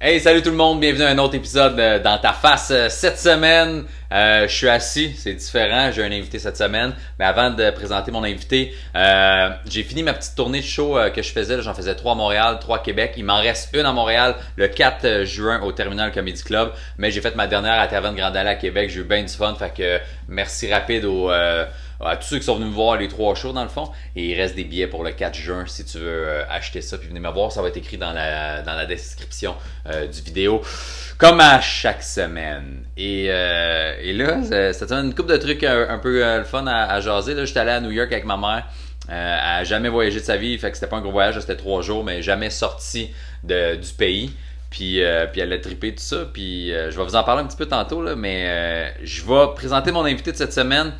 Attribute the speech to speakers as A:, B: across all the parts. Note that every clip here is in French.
A: Hey, salut tout le monde, bienvenue à un autre épisode de dans ta face. Euh, Cette semaine, euh, je suis assis, c'est différent, j'ai un invité cette semaine, mais avant de présenter mon invité, euh, j'ai fini ma petite tournée de show euh, que je faisais, là. j'en faisais trois à Montréal, trois à Québec, il m'en reste une à Montréal le 4 juin au Terminal Comedy Club, mais j'ai fait ma dernière à Taverne Grand Allée à Québec, j'ai eu bien du fun, fait que euh, merci rapide aux... euh, à tous ceux qui sont venus me voir les trois shows dans le fond. Et il reste des billets pour le 4 juin si tu veux euh, acheter ça. Puis venez me voir, ça va être écrit dans la, dans la description euh, du vidéo. Comme à chaque semaine. Et, euh, et là, c'est- c'était une couple de trucs euh, un, peu euh, le fun à, à jaser. Là, j'étais allé à New York avec ma mère. Euh, elle a jamais voyagé de sa vie, fait que c'était pas un gros voyage, là, c'était trois jours, mais jamais sorti de- du pays. Puis, euh, puis elle a trippé tout ça. Puis euh, je vais vous en parler un petit peu tantôt, là, mais euh, je vais présenter mon invité de cette semaine.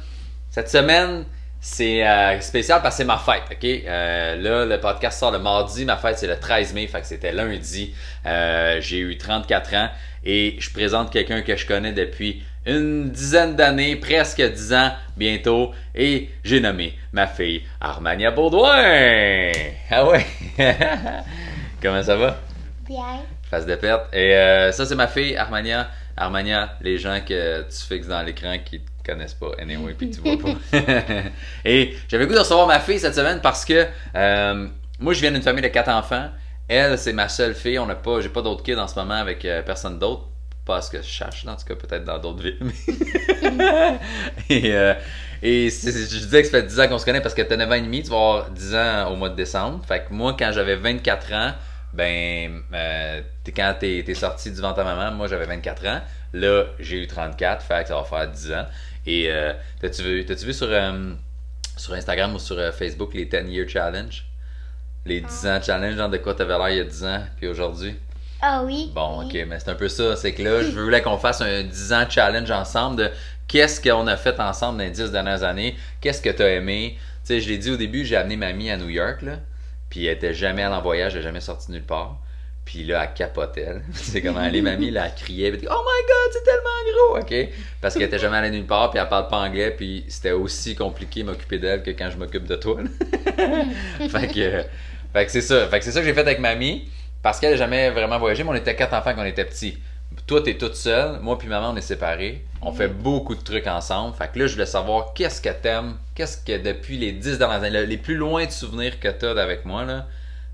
A: Cette semaine, c'est euh, spécial parce que c'est ma fête, ok? Euh, là, le podcast sort le mardi, ma fête c'est le 13 mai, fait que c'était lundi. Euh, j'ai eu 34 ans et je présente quelqu'un que je connais depuis une dizaine d'années, presque 10 ans bientôt, et j'ai nommé ma fille Armania Baudouin! Ah ouais! Comment ça va?
B: Bien.
A: Face de perte. Et euh, ça, c'est ma fille, Armania. Armania, les gens que tu fixes dans l'écran qui te connaissent pas, anyway, puis que tu vois pas. Et j'avais le goût de recevoir ma fille cette semaine parce que euh, moi, je viens d'une famille de quatre enfants. Elle, c'est ma seule fille. On n'a pas, j'ai pas d'autres kids en ce moment avec euh, personne d'autre. Pas à ce que je cherche, en tout cas, peut-être dans d'autres villes. et euh, et c'est- c'est- je disais que ça fait 10 ans qu'on se connaît parce que t'as 9 ans et demi, tu vas avoir 10 ans au mois de décembre. Fait que moi, quand j'avais 24 ans, ben, euh, t'es- quand t'es es sorti du ventre à maman, moi j'avais 24 ans. Là, j'ai eu 34, fait que ça va faire 10 ans. Et euh, t'as-tu vu, t'as-tu vu sur, euh, sur Instagram ou sur euh, Facebook les 10 Year Challenge? Les 10 ans challenge, genre de quoi t'avais l'air il y a 10 ans, puis aujourd'hui?
B: Ah oui.
A: Bon,
B: oui.
A: ok, mais c'est un peu ça. C'est que là, je voulais qu'on fasse un 10 ans challenge ensemble de qu'est-ce qu'on a fait ensemble dans les 10 dernières années, qu'est-ce que t'as aimé. Tu sais, je l'ai dit au début, j'ai amené mamie à New York, là, puis elle était jamais allée en voyage, elle n'est jamais sortie nulle part. Puis là, elle capotait. là. C'est comment aller, mamie, là, elle criait. puis elle dit, oh my god, c'est tellement gros, ok? Parce qu'elle était jamais allée nulle part, puis elle parle pas anglais, puis c'était aussi compliqué m'occuper d'elle que quand je m'occupe de toi. là. fait que, fait que c'est ça. Fait que c'est ça que j'ai fait avec mamie. Parce qu'elle n'a jamais vraiment voyagé, mais on était quatre enfants quand on était petits. Toi, t'es toute seule. Moi puis maman, on est séparés. On fait beaucoup de trucs ensemble. Fait que là, je voulais savoir qu'est-ce que t'aimes, qu'est-ce que depuis les 10 dernières années, le- les plus loin de souvenirs que t'as avec moi, là,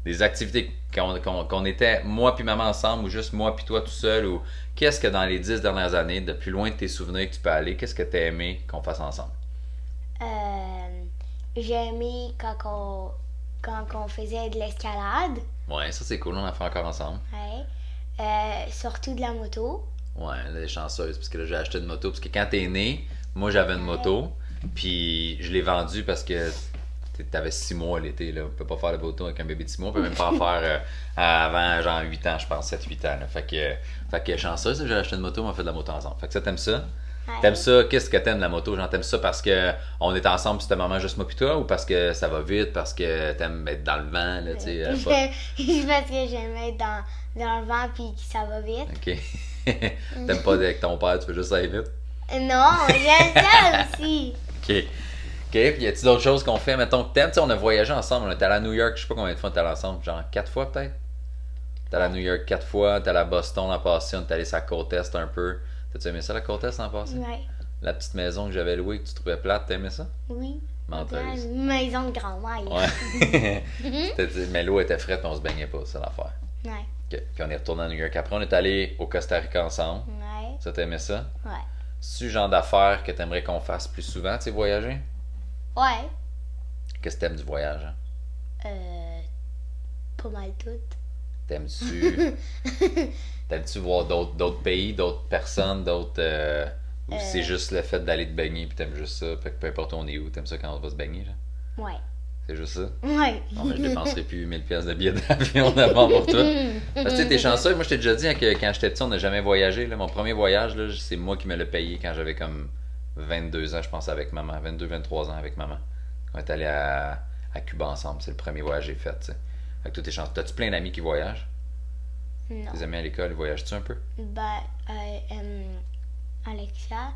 A: des activités qu'on qu'on- qu'on était moi puis maman ensemble ou juste moi puis toi tout seul ou qu'est-ce que dans les 10 dernières années, de plus loin de tes souvenirs que tu peux aller, qu'est-ce que t'as aimé qu'on fasse ensemble?
B: Euh, J'ai aimé quand on, quand on faisait de l'escalade.
A: Ouais, ça c'est cool, on en fait encore ensemble.
B: Ouais. Euh, surtout de la moto.
A: Ouais, là, les chanceuses, parce que là, j'ai acheté une moto. Parce que quand t'es né, moi, j'avais une moto, puis je l'ai vendue parce que t- t'avais six mois l'été, là. On peut pas faire de moto avec un bébé de six mois, on peut même pas en faire euh, avant, genre, 8 ans, je pense, 7-8 ans, là. Fait que, fait que chanceuse, j'ai acheté une moto, on a fait de la moto ensemble. Fait que ça, t'aimes ça?
B: Ouais.
A: T'aimes ça? Qu'est-ce que t'aimes de la moto? Genre, t'aimes ça parce que on est ensemble, c'était maman juste moi pis toi, ou parce que ça va vite, parce que t'aimes être dans le vent, là, tu sais, euh, pas-
B: Je- Parce que j'aimais être dans, dans le vent puis que ça va vite.
A: Ok. t'aimes pas avec ton père, tu veux juste aller vite?
B: Non, j'aime ça aussi.
A: OK. OK, puis y a-t-il d'autres choses qu'on fait, mettons, que t'aimes? Tu sais, on a voyagé ensemble, on est allé à New York, je sais pas combien de fois on est allé ensemble, genre quatre fois peut-être? T'es allé à New York quatre fois, t'es allé à Boston l'an passé, on est allé sur la côte est un peu. T'as-tu aimé ça, la côte est l'an passé?
B: Ouais.
A: La petite maison que j'avais louée, que tu trouvais plate, t'aimais ça?
B: Oui. Dans
A: Menteuse.
B: une maison de grand-mère.
A: Ouais.
B: Mhm.
A: T'as dit, mais l'eau était frette, mais on se baignait pas, c'est l'affaire.
B: Ouais.
A: OK, puis on est retourné à New York. Après, on est allé au Costa Rica ensemble.
B: Ouais.
A: Ça, t'aimais ça?
B: Ouais.
A: C'est-tu le genre d'affaires que t'aimerais qu'on fasse plus souvent, tu sais, voyager?
B: Ouais.
A: Qu'est-ce que t'aimes du voyage, hein?
B: Euh, pas mal toutes.
A: T'aimes-tu T'aimes-tu voir d'autres d'autres pays, d'autres personnes, d'autres euh, ou
B: Euh.
A: c'est juste le fait d'aller te baigner puis t'aimes juste ça, fait que peu importe où on est où, t'aimes ça quand on va se baigner là.
B: Ouais.
A: C'est juste ça.
B: Ouais.
A: Non, mais je dépenserai plus 1000 pièces de billets d'avion d'avant pour toi. Parce que tu sais, t'es chanceux, moi je t'ai déjà dit hein, que quand j'étais petit, on n'a jamais voyagé là. mon premier voyage là, c'est moi qui me l'ai payé quand j'avais comme 22 ans, je pense avec maman, 22 23 ans avec maman. On est allé à, à Cuba ensemble, c'est le premier voyage que j'ai fait, tu sais. Fait que toi t'es chanceux. T'as-tu plein d'amis qui voyagent?
B: Non.
A: Tes amis à l'école, ils voyagent-tu un peu?
B: Ben, euh, euh, Alexa,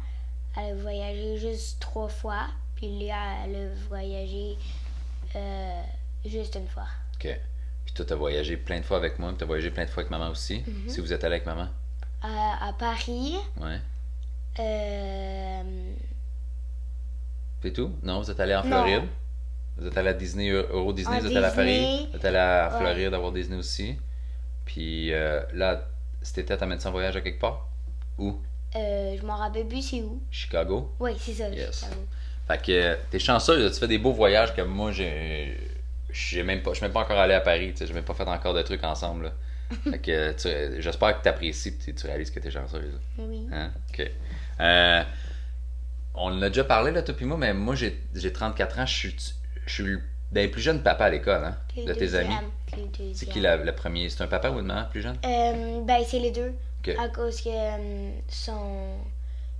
B: elle a voyagé juste trois fois, puis Léa, elle a voyagé euh, juste une fois.
A: OK. Puis toi, t'as voyagé plein de fois avec moi, puis t'as voyagé plein de fois avec maman aussi.
B: Mhm.
A: Si vous êtes allé avec maman.
B: à, à Paris.
A: Ouais.
B: euh,
A: C'est tout? Non, vous êtes allé en
B: Non.
A: Floride. Vous êtes allé à Disney, Euro Disney,
B: En
A: vous êtes allé à Paris.
B: Disney.
A: Vous êtes allé à
B: Ouais.
A: Floride, à Walt Disney aussi. Puis euh, là, cet été, t'amènes ça en voyage à quelque part? Où?
B: euh, je m'en rappelle plus, c'est où.
A: Chicago?
B: Oui, c'est ça.
A: Yes.
B: Chicago.
A: Fait que euh, t'es chanceuse, tu fais des beaux voyages que moi, j'ai, j'ai même pas, je suis même pas encore allé à Paris, tu sais, j'ai même pas fait encore de trucs ensemble. là. fait que euh, tu- euh, j'espère que t'apprécies et tu réalises que t'es chanceuse.
B: Oui.
A: Hein? Ok. Euh, on en a déjà parlé là, toi puis moi, mais moi j'ai, j'ai 34 ans, je suis, je suis le- d'un des plus jeunes papas à l'école, hein,
B: T'es
A: de
B: le
A: tes amis.
B: deuxième, t'es le
A: C'est
B: deuxième.
A: qui la- le premier? C'est un papa ou une maman plus jeune?
B: Euh, ben, c'est les deux.
A: Ok.
B: À cause que euh, son...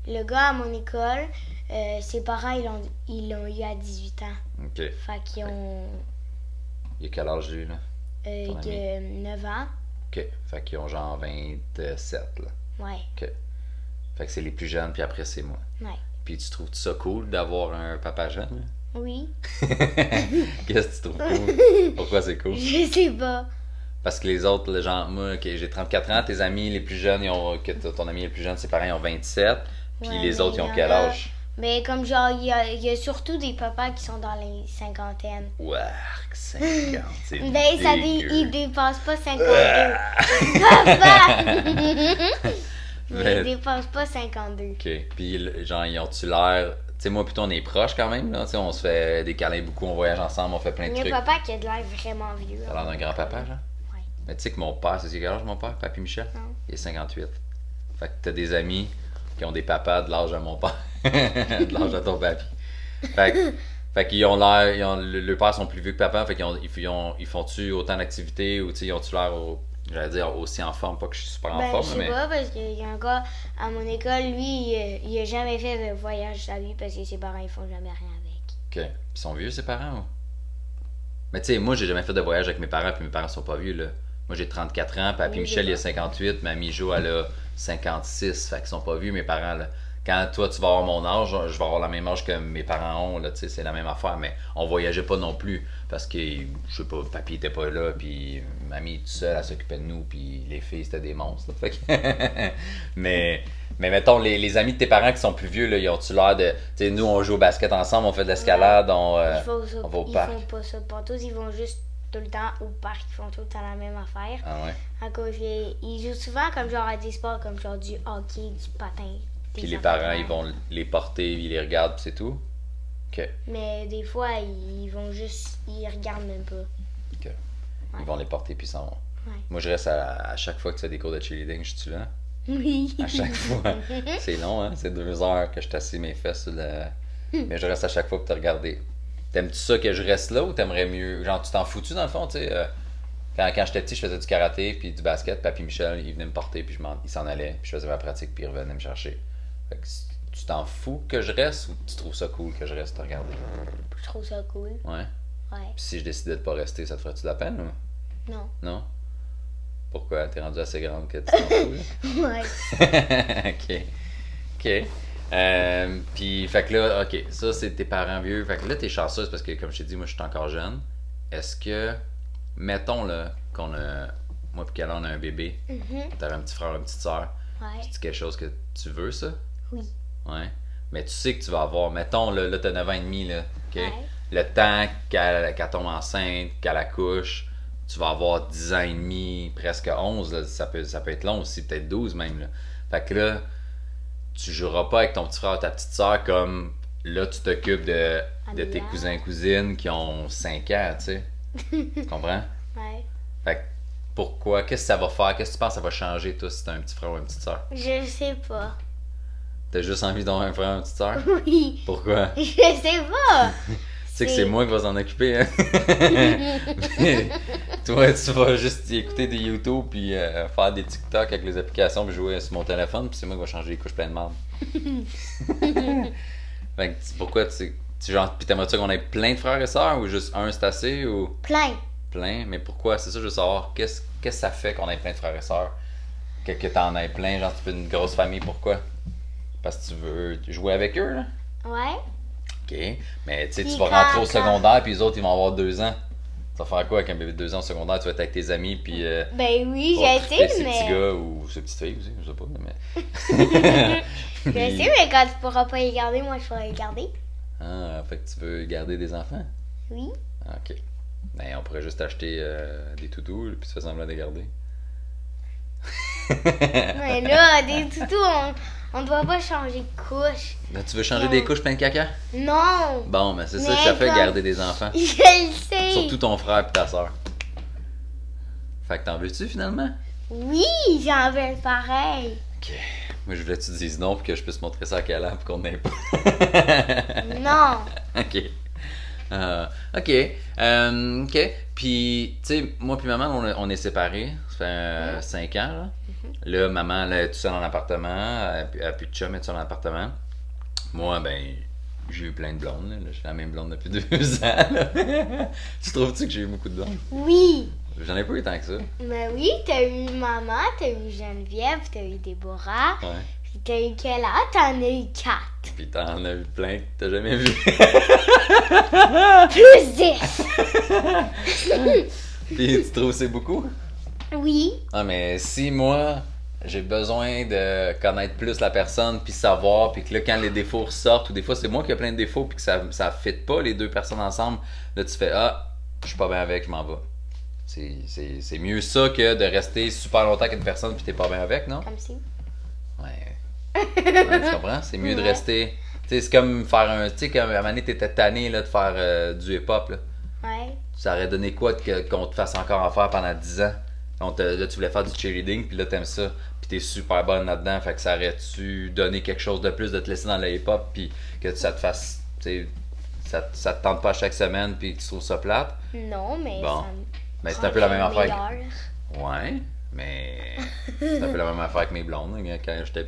B: le gars à mon école, euh, ses parents, ils l'ont, ils l'ont eu à 18 ans.
A: Ok.
B: Fait qu'ils ont
A: Il a quel âge lui là?
B: euh,
A: Ton ami.
B: que 9 ans.
A: Ok. Fait qu'ils ont genre 27 là.
B: Ouais,
A: Fait que c'est les plus jeunes, puis après c'est moi.
B: ouais.
A: Puis tu trouves ça cool d'avoir un papa jeune?
B: Oui,
A: Qu'est-ce que tu trouves cool? Pourquoi c'est cool?
B: je sais pas.
A: Parce que les autres, le genre, moi, ok, j'ai 34 ans, tes amis les plus jeunes, ils ont, que t- ton ami le plus jeune, ses parents ils ont 27, puis
B: Ouais,
A: les
B: mais
A: autres, ils
B: il y
A: ont
B: en
A: quel
B: a-
A: âge?
B: Mais comme genre, il y, a- il y a surtout des papas qui sont dans les cinquantaines.
A: Ouah, 50, c'est
B: Ben, ça dé-
A: dégueu.
B: ils dépassent pas 52.
A: Ah!
B: Papa! Mais
A: Ben-
B: ils dépassent pas 52.
A: Ok, puis le- genre, ils ont-tu l'air... Tu sais, moi, plutôt, on est proches quand même, là, tu sais, on se fait des câlins beaucoup, on voyage ensemble, on fait plein de
B: Il y a
A: trucs.
B: un papa qui a de l'air vraiment vieux.
A: T'as l'air d'un grand-papa, genre?
B: Ouais.
A: Mais tu sais que mon père, c'est quel âge mon père, Papy Michel?
B: Non.
A: Il est 58. Fait que t'as des amis qui ont des papas de l'âge de mon père, de l'âge de ton papy. Fait que, fait qu'ils ont l'air, ils ont, le, le père sont plus vieux que papa, fait qu'ils ont, ils, font- ils font-tu autant d'activités ou tu sais, ils ont-tu l'air, au- j'allais dire, aussi en forme, pas que je suis super en
B: Ben, je
A: forme,
B: sais
A: mais.
B: pas, parce qu'il y a un gars à mon école, lui, il, euh, il a jamais fait de voyage sa vie parce que ses parents, ils font jamais rien avec.
A: Ok. Ils sont vieux, ses parents, ou? Mais tu sais, moi, j'ai jamais fait de voyage avec mes parents, puis mes parents sont pas vieux, là. Moi, j'ai 34 ans, papy
B: Oui,
A: Michel,
B: j'ai
A: il a 58, mamie Jo, elle a 56, fait qu'ils sont pas vieux, mes parents, là. Quand toi, tu vas avoir mon âge, je vais avoir la même âge que mes parents ont, là, tu sais, c'est la même affaire, mais on voyageait pas non plus, parce que, je sais pas, papy était pas là, puis mamie, toute seule, elle s'occupait de nous, puis les filles, c'était des monstres, là, fait que- mais... Mais mettons, les, les amis de tes parents qui sont plus vieux, là, ils ont-tu l'air de. Tu sais, nous, on joue au basket ensemble, on fait de l'escalade, on. euh,
B: ils font, ça-
A: on va au
B: ils
A: parc.
B: font pas ça partout, ils vont juste tout le temps au parc, ils font tout le temps la même affaire.
A: Ah ouais.
B: À cause que- ils jouent souvent comme genre à des sports comme genre du hockey, du patin. des
A: Puis les
B: affaires de
A: parents,
B: même.
A: ils vont les porter, ils les regardent, puis c'est tout. OK.
B: Mais des fois, ils vont juste, ils regardent même pas.
A: Ils vont les porter, puis ils s'en vont.
B: Ouais.
A: Moi, je reste à, à chaque fois que tu fais des cours de cheerleading, je suis là.
B: Oui.
A: À chaque fois. c'est long, hein? C'est deux heures que je t'assis mes fesses sur la- Mais je reste à chaque fois pour te regarder. T'aimes-tu ça que je reste là ou t'aimerais mieux. Genre, tu t'en fous-tu dans le fond, tu sais? euh, Quand, quand j'étais petit, je faisais du karaté puis du basket. Papy Michel, il venait me porter puis je m'en- il s'en allait. Puis je faisais ma pratique puis il revenait me chercher. Fait que si- tu t'en fous que je reste ou tu trouves ça cool que je reste te regarder?
B: Je trouve ça cool.
A: Ouais.
B: Ouais.
A: Puis si je décidais de pas rester, ça te ferait-tu de la peine ou
B: Non.
A: non? Pourquoi? T'es rendu assez grande que tu t'en fous, là?
B: Ouais.
A: ok. Ok. Euh, puis, fait que là, ok, ça c'est tes parents vieux. Fait que là, t'es chanceuse parce que, comme je t'ai dit, moi je suis encore jeune. Est-ce que, mettons là, qu'on a, moi puis Kala, on a un bébé,
B: Mhm.
A: t'as un petit frère, une petite soeur,
B: Ouais.
A: c'est quelque chose que tu veux ça?
B: Oui.
A: Ouais. Mais tu sais que tu vas avoir, mettons là, là t'as 9 ans et demi, là, ok?
B: Ouais.
A: Le temps qu'elle qu'elle tombe enceinte, qu'elle accouche, tu vas avoir 10 ans et demi, presque 11, là, ça, peut, ça peut être long aussi, peut-être 12 même. Là. Fait que là, tu joueras pas avec ton petit frère ou ta petite soeur comme là, tu t'occupes de, de tes
B: Amiable.
A: cousins et cousines qui ont 5 ans, tu sais. tu comprends?
B: Ouais.
A: Fait que pourquoi? Qu'est-ce que ça va faire? Qu'est-ce que tu penses que ça va changer, toi, si t'as un petit frère ou une petite soeur?
B: Je sais pas.
A: T'as juste envie d'avoir un frère ou une petite soeur?
B: Oui.
A: Pourquoi?
B: Je sais pas.
A: Tu sais que c'est moi qui vais s'en occuper, hein? Mais toi, tu vas juste écouter des YouTube puis euh, faire des TikTok avec les applications puis jouer sur mon téléphone puis c'est moi qui vais changer les couches pleines de marde. fait que tu- pourquoi tu, tu genre puis t'aimerais-tu qu'on ait plein de frères et sœurs ou juste un c'est assez ou
B: Plein.
A: plein mais pourquoi c'est ça je veux savoir qu'est-ce qu'est-ce que ça fait qu'on ait plein de frères et sœurs que que t'en aies plein genre tu veux une grosse famille pourquoi parce que tu veux jouer avec eux là
B: Ouais.
A: ok mais tu sais tu
B: Puis
A: vas
B: quand-
A: rentrer au
B: quand-
A: secondaire puis les autres ils vont avoir deux ans Tu vas faire quoi avec un bébé de 2 ans au secondaire? Tu vas être avec tes amis, puis. euh,
B: Ben oui,
A: tu vas
B: j'ai
A: triper
B: été,
A: ces petits
B: mais.
A: gars ou ces petites filles aussi, je sais pas. Mais...
B: Je sais, mais quand tu pourras pas les garder, moi je pourrai les garder.
A: Ah, fait que tu veux garder des enfants?
B: Oui.
A: Ah, Ok. Ben, on pourrait juste acheter euh, des toutous, puis tu fais semblant de les garder.
B: Mais là, des toutous, on, on doit pas changer de couche.
A: Ben, tu veux changer des couches plein de caca?
B: Non!
A: Bon, mais c'est ça
B: Mais
A: que ça fait
B: comme-
A: garder des enfants.
B: Je le sais!
A: Surtout ton frère et ta soeur. Fait que t'en veux-tu finalement?
B: Oui, j'en veux un pareil.
A: Moi, je voulais que tu dises non pour que je puisse montrer ça à Calan pour qu'on n'ait pas.
B: Non!
A: ok. Ah, ok. Euh, ok. Puis, tu sais, moi puis maman, on, est- on est séparés. Ça fait 5 ans, là. Là, maman, elle est toute seule en appartement. Elle a plus- elle a plus de chum, elle est toute seule en appartement. Moi, ben, j'ai eu plein de blondes. Là. Là, j'ai la même blonde depuis deux ans. là. tu trouves-tu que j'ai eu beaucoup de blondes?
B: Oui!
A: J'en ai pas eu tant que ça.
B: Mais oui, t'as eu maman, t'as eu Geneviève, t'as eu Déborah,
A: Ouais.
B: puis t'as eu Kella, t'en as eu quatre.
A: Puis t'en as vu plein que t'as jamais vu.
B: Plus dix!
A: puis tu trouves que c'est beaucoup?
B: Oui,
A: Non, mais si moi, j'ai besoin de connaître plus la personne, puis savoir, puis que là, quand les défauts ressortent, ou des fois, c'est moi qui ai plein de défauts, puis que ça ne fit pas les deux personnes ensemble, là, tu fais Ah, je suis pas bien avec, je m'en vais. C'est- C'est c'est mieux ça que de rester super longtemps avec une personne, puis t'es pas bien avec, non?
B: comme ça.
A: Ouais. Ouais, tu comprends? C'est mieux de
B: Ouais.
A: rester. Tu sais, c'est comme faire un. Tu sais, comme à un moment donné, t'étais tanné là, de faire euh, du hip-hop, là.
B: Ouais.
A: Ça aurait donné quoi que- qu'on te fasse encore en faire pendant 10 ans? On te- là, tu voulais faire du cheerleading, puis là, t'aimes ça, puis t'es super bonne là-dedans, fait que ça aurait-tu donné quelque chose de plus de te laisser dans le hip-hop, puis que ça te fasse, tu sais, ça, te- ça te tente pas chaque semaine, puis que tu trouves ça plate?
B: Non, mais
A: Bon.
B: ça me
A: Mais c'est
B: rend
A: un peu la même
B: meilleure.
A: affaire. que- Ouais, mais c'est un peu la même affaire avec mes blondes. hein, Quand j'étais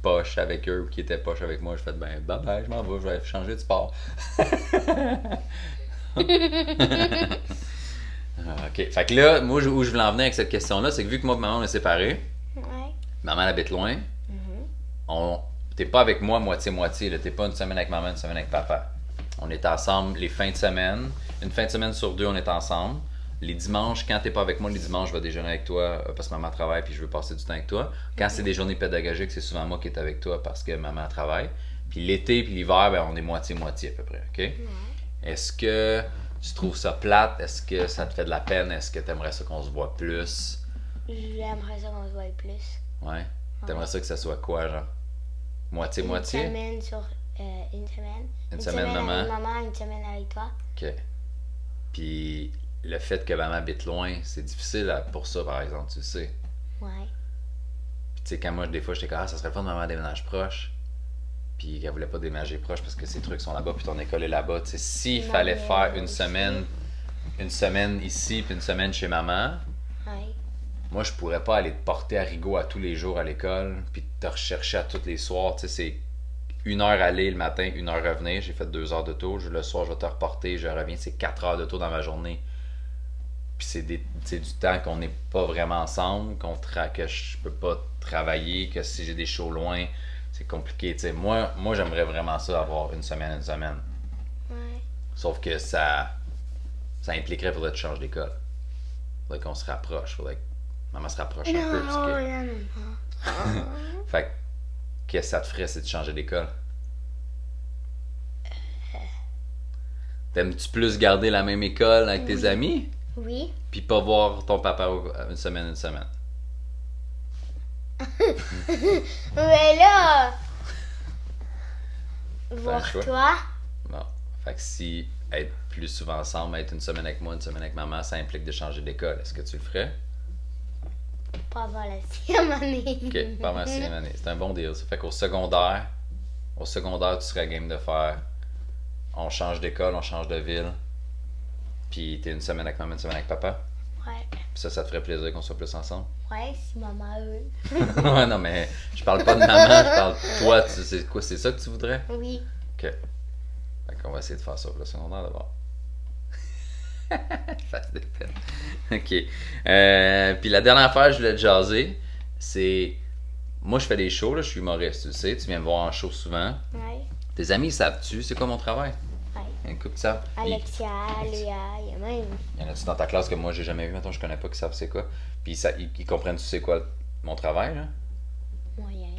A: poche avec eux, ou qu'ils étaient poche avec moi, je fais ben, bye bye, je m'en vais, je vais changer de sport. Ah, OK. Fait que là, moi, je- où je voulais en venir avec cette question-là, c'est que vu que moi et maman, on est séparés,
B: Ouais.
A: maman elle habite loin,
B: Mhm.
A: on... t'es pas avec moi moitié-moitié, là. T'es pas une semaine avec maman, une semaine avec papa. On est ensemble les fins de semaine. Une fin de semaine sur deux, on est ensemble. Les dimanches, quand t'es pas avec moi, les dimanches, je vais déjeuner avec toi euh, parce que maman travaille puis je veux passer du temps avec toi. Quand c'est des journées pédagogiques, c'est souvent moi qui est avec toi parce que maman travaille. Puis l'été puis l'hiver, ben, on est moitié-moitié à peu près, OK? Est-ce que tu trouves ça plate? Est-ce que ça te fait de la peine? Est-ce que t'aimerais ça qu'on se voit plus?
B: J'aimerais ça qu'on se voit plus.
A: Ouais. T'aimerais ça que ça soit quoi, genre? Moitié-moitié?
B: Ah Une semaine sur. euh, une semaine.
A: Une semaine, maman.
B: avec maman, une semaine avec toi.
A: OK. Puis le fait que maman habite loin, c'est difficile à- pour ça, par exemple, tu le sais.
B: Ouais.
A: Puis tu sais, quand moi, des fois, j'étais comme, ah, ça serait le fun de maman déménage proche. Puis qu'elle voulait pas déménager proche parce que ses trucs sont là-bas, puis ton école est là-bas. Tu sais, s'il
B: Non,
A: fallait
B: mais
A: faire une
B: aussi.
A: semaine, une semaine ici, puis une semaine chez maman,
B: Ouais.
A: moi, je pourrais pas aller te porter à Rigaud à tous les jours à l'école, puis te rechercher à tous les soirs. Tu sais, c'est une heure aller le matin, une heure revenir. J'ai fait deux heures de tour. Je- Le soir, je vais te reporter, je reviens. C'est quatre heures de tour dans ma journée. Puis c'est des- c'est du temps qu'on n'est pas vraiment ensemble, qu'on tra- que je peux pas travailler, que si j'ai des shows loin, c'est compliqué. Tu sais, moi, moi j'aimerais vraiment ça, avoir une semaine, une semaine.
B: Ouais.
A: Sauf que ça, ça impliquerait faudrait que tu changes d'école. Faudrait qu'on se rapproche. Faudrait que maman se rapproche un peu. parce que-
B: non, non, non.
A: Fait que, qu'est-ce que ça te ferait si tu changeais d'école? T'aimes-tu plus garder la même école avec tes amis?
B: Oui.
A: Puis pas voir ton papa au- euh, une semaine, une semaine.
B: Mais là. Voir
A: choix.
B: toi.
A: Bon. Fait que si être plus souvent ensemble, être une semaine avec moi, une semaine avec maman, ça implique de changer d'école. Est-ce que tu le ferais?
B: Pas avant la sixième année.
A: OK, pas mal sixième année. C'est un bon deal. Ça fait qu'au secondaire, au secondaire, tu serais game de faire on change d'école, on change de ville. Puis t'es une semaine avec maman, une semaine avec papa.
B: Ouais.
A: Puis ça, ça te ferait plaisir qu'on soit plus ensemble.
B: Ouais, si maman euh, veut.
A: ouais, non, mais je parle pas de maman, je parle de toi. Tu, c'est quoi, c'est ça que tu voudrais?
B: Oui.
A: OK. Fait qu'on va essayer de faire ça pour le secondaire d'abord. Face de peine. OK. Euh, puis la dernière affaire, que je voulais te jaser, c'est... Moi, je fais des shows, là, je suis humoriste, tu le sais. Tu viens me voir en show souvent.
B: Ouais.
A: Tes amis, ils savent-tu? C'est quoi mon travail?
B: Ouais.
A: Il y a une couple qui savent. Il-
B: Alexia, Léa, il y a même.
A: Il y en a-tu dans ta classe que moi j'ai jamais vu, maintenant je connais pas, qui savent c'est quoi? Puis ça, ils, ils comprennent tu c'est quoi mon travail, là?
B: Moyen.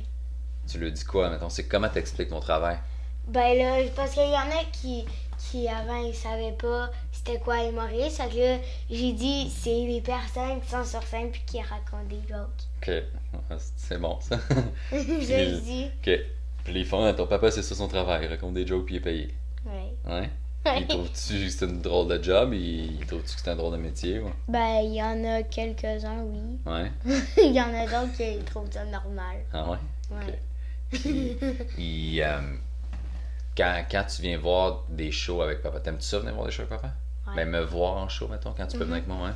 A: Tu lui dis quoi, mettons? C'est comment t'expliques mon travail?
B: Ben là, parce qu'il y en a qui, qui avant, ils savaient pas c'était quoi humoriste. Fait que là, j'ai dit, c'est les personnes qui sont sur scène puis qui racontent des jokes.
A: Ok, c'est bon ça.
B: j'ai dit,
A: ok. Puis les font, ton papa c'est ça son travail, il raconte des jokes puis il est payé.
B: ouais.
A: Ouais? Puis trouves-tu que c'est une drôle de job? Il, il trouve-tu que c'est un drôle de métier? Ouais?
B: Ben, il y en a quelques-uns, oui.
A: Ouais?
B: Il y en a d'autres qui trouvent ça normal.
A: Ah ouais?
B: Ouais.
A: Ok. Puis, il, euh, quand, quand tu viens voir des shows avec papa, t'aimes-tu ça venir voir des shows avec papa?
B: Ouais. Mm-hmm.
A: Ben, me voir en show, mettons, quand tu peux venir avec moi, hein?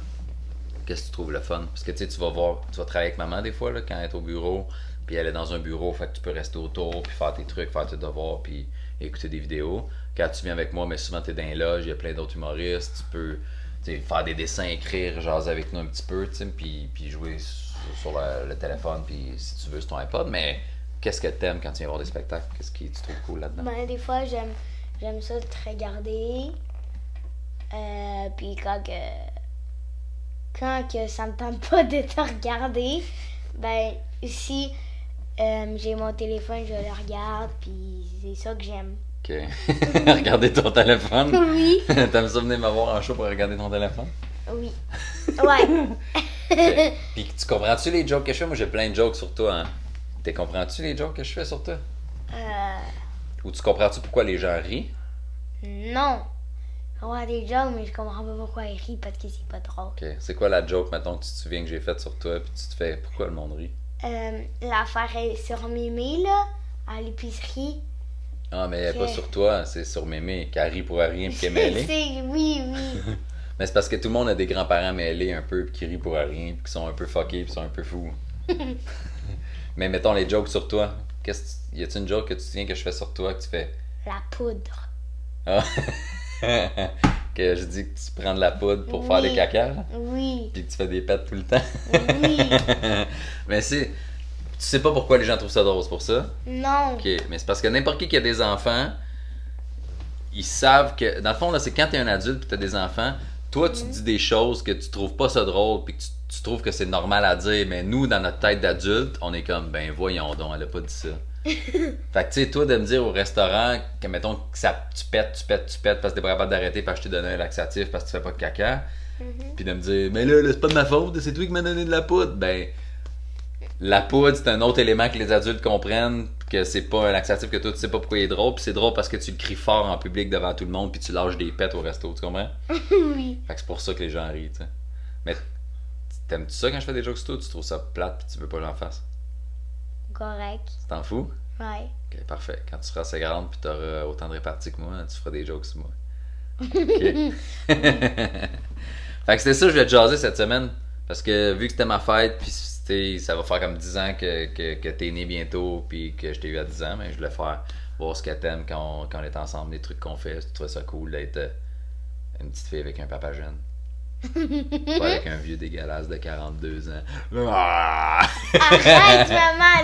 A: Qu'est-ce que tu trouves le fun? Parce que tu sais, tu vas voir, tu vas travailler avec maman des fois, là, quand elle est au bureau, puis elle est dans un bureau, fait que tu peux rester autour, puis faire tes trucs, faire tes devoirs, puis écouter des vidéos. Quand tu viens avec moi, mais souvent t'es dans les loges, il y a plein d'autres humoristes, tu peux tu sais, faire des dessins, écrire, jaser avec nous un petit peu, tu sais, puis, puis jouer sur, sur le, le téléphone, puis si tu veux, sur ton iPod, mais qu'est-ce que t'aimes quand tu viens voir des spectacles? Qu'est-ce qui tu trouves cool là-dedans?
B: Ben, des fois, j'aime, j'aime ça te regarder. Euh, puis quand que, quand que ça me tente pas de te regarder, ben, si euh, j'ai mon téléphone, je le regarde, puis c'est ça que j'aime.
A: Ok. regarder ton téléphone.
B: Oui.
A: T'aimes ça venir me voir en show pour regarder ton téléphone?
B: Oui. Ouais.
A: Ok. Puis tu comprends-tu les jokes que je fais? Moi j'ai plein de jokes sur toi. Hein? T'es comprends-tu les jokes que je fais sur toi?
B: Euh,
A: Ou tu comprends-tu pourquoi les gens rient?
B: non. Je vois des jokes, mais je comprends pas pourquoi ils rient parce que c'est pas drôle.
A: Ok. C'est quoi la joke, maintenant que tu te souviens que j'ai faite sur toi, puis tu te fais pourquoi le monde rit?
B: Euh, l'affaire est sur Mimi, là, à l'épicerie.
A: Ah, mais elle est
B: Ok.
A: pas sur toi, c'est sur mémé, qui rit pour rien, puis qui est mêlée.
B: C'est- oui, oui.
A: Mais c'est parce que tout le monde a des grands-parents mêlés un peu, puis qui rient pour rien, puis qui sont un peu fuckés, puis qui sont un peu fous. Mais mettons les jokes sur toi. Qu'est-ce que tu- y a-tu une joke que tu te souviens que je fais sur toi que tu fais
B: La poudre.
A: Ah. que je dis que tu prends de la poudre pour faire
B: Oui.
A: des caca, là,
B: Oui,
A: puis que tu fais des pets tout le temps.
B: oui,
A: Mais c'est tu sais pas pourquoi les gens trouvent ça drôle c'est pour ça.
B: non.
A: OK, mais c'est parce que n'importe qui qui a des enfants, ils savent que. Dans le fond, là, c'est quand t'es un adulte et t'as des enfants, toi, tu dis des choses que tu trouves pas ça drôle puis que tu, tu trouves que c'est normal à dire. Mais nous, dans notre tête d'adulte, on est comme, ben voyons donc, elle a pas dit ça. fait que, tu sais, toi, de me dire au restaurant que, mettons, que ça, tu pètes, tu pètes, tu pètes parce que t'es pas capable d'arrêter parce que je t'ai donné un laxatif parce que tu fais pas de caca. Puis de me dire, mais là, là, c'est pas de ma faute, c'est toi qui m'as donné de la poudre. Ben, la poudre, c'est un autre élément que les adultes comprennent, que c'est pas un laxatif que toi, tu sais pas pourquoi il est drôle, puis c'est drôle parce que tu le cries fort en public devant tout le monde, puis tu lâches des pets au resto, tu comprends?
B: Oui,
A: Fait que c'est pour ça que les gens rient, tu sais. Mais t'aimes-tu ça quand je fais des jokes sur toi? Tu trouves ça plate, puis tu veux pas que j'en fasse?
B: correct.
A: Tu t'en fous?
B: Ouais.
A: Ok, parfait. Quand tu seras assez grande, puis t'auras autant de réparties que moi, tu feras des jokes sur moi. Ok. fait que c'était ça, je voulais te jaser cette semaine. Parce que vu que c'était ma fête, puis c'était- ça va faire comme 10 ans que, que, que t'es né bientôt, puis que je t'ai eu à 10 ans, mais je voulais faire voir ce que t'aimes quand, on- quand on est ensemble, les trucs qu'on fait. Si tu trouvais ça cool d'être euh, une petite fille avec un papa jeune. Pas avec un vieux dégueulasse de 42 ans. Ah!
B: Arrête, maman,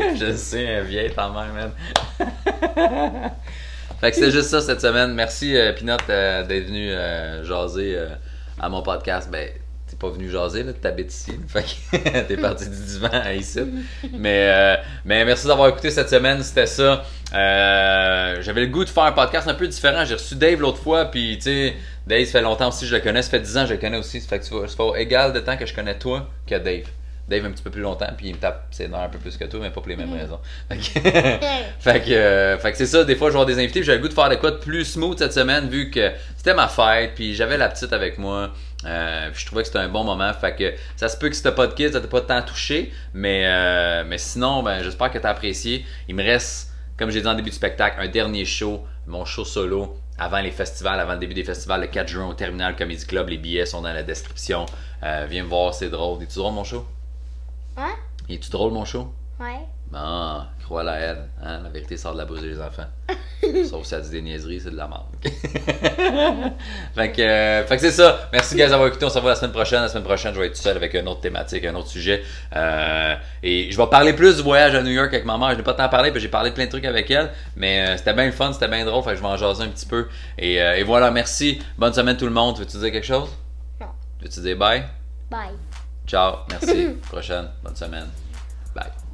B: 40.
A: Je sais, un vieil ta mère, man. fait que c'était juste ça cette semaine. Merci, euh, Pinot, euh, d'être venu euh, jaser euh, à mon podcast. Ben, t'es pas venu jaser, là, t'habites ici. là. Fait que t'es parti du divan à ici. Mais, euh, mais merci d'avoir écouté cette semaine. C'était ça. Euh, J'avais le goût de faire un podcast un peu différent. J'ai reçu Dave l'autre fois, puis tu sais, Dave, ça fait longtemps aussi que je le connais. Ça fait 10 ans que je le connais aussi. Ça fait que tu vois, ça fait égal de temps que je connais toi que Dave. Dave un petit peu plus longtemps, puis il me tape ses nerfs un peu plus que toi, mais pas pour les mêmes raisons. Fait que- fait que, euh, fait que c'est ça, des fois, je vais avoir des invités, puis j'avais le goût de faire de quoi de plus smooth cette semaine, vu que c'était ma fête, puis j'avais la petite avec moi. euh, puis je trouvais que c'était un bon moment. Fait que ça se peut que si t'as pas de kids, ça t'a pas tant touché. Mais, euh, mais sinon, ben, j'espère que t'as apprécié. Il me reste, comme j'ai dit en début du spectacle, un dernier show, mon show solo, avant les festivals, avant le début des festivals, le 4 juin au Terminal Comedy Club. Les billets sont dans la description. Euh, viens me voir, c'est drôle. Es-tu drôle, mon show?
B: Hein?
A: Es-tu drôle, mon show?
B: Ouais.
A: Ah, Crois-la à elle. hein, La vérité sort de la bouche des enfants. Sauf si elle dit des niaiseries, c'est de la merde. fait que, euh, fait que c'est ça. Merci, guys, d'avoir écouté. On se revoit la semaine prochaine. La semaine prochaine, je vais être tout seul avec une autre thématique, un autre sujet. Euh, et je vais parler plus du voyage à New York avec ma mère. Je n'ai pas tant parlé, puis j'ai parlé de plein de trucs avec elle. Mais euh, c'était bien le fun, c'était bien drôle. Fait que je vais en jaser un petit peu. Et, euh, et voilà, merci. Bonne semaine, tout le monde. Veux-tu dire quelque chose?
B: Non.
A: Veux-tu dire bye?
B: Bye.
A: Ciao. Merci. prochaine. Bonne semaine. Bye.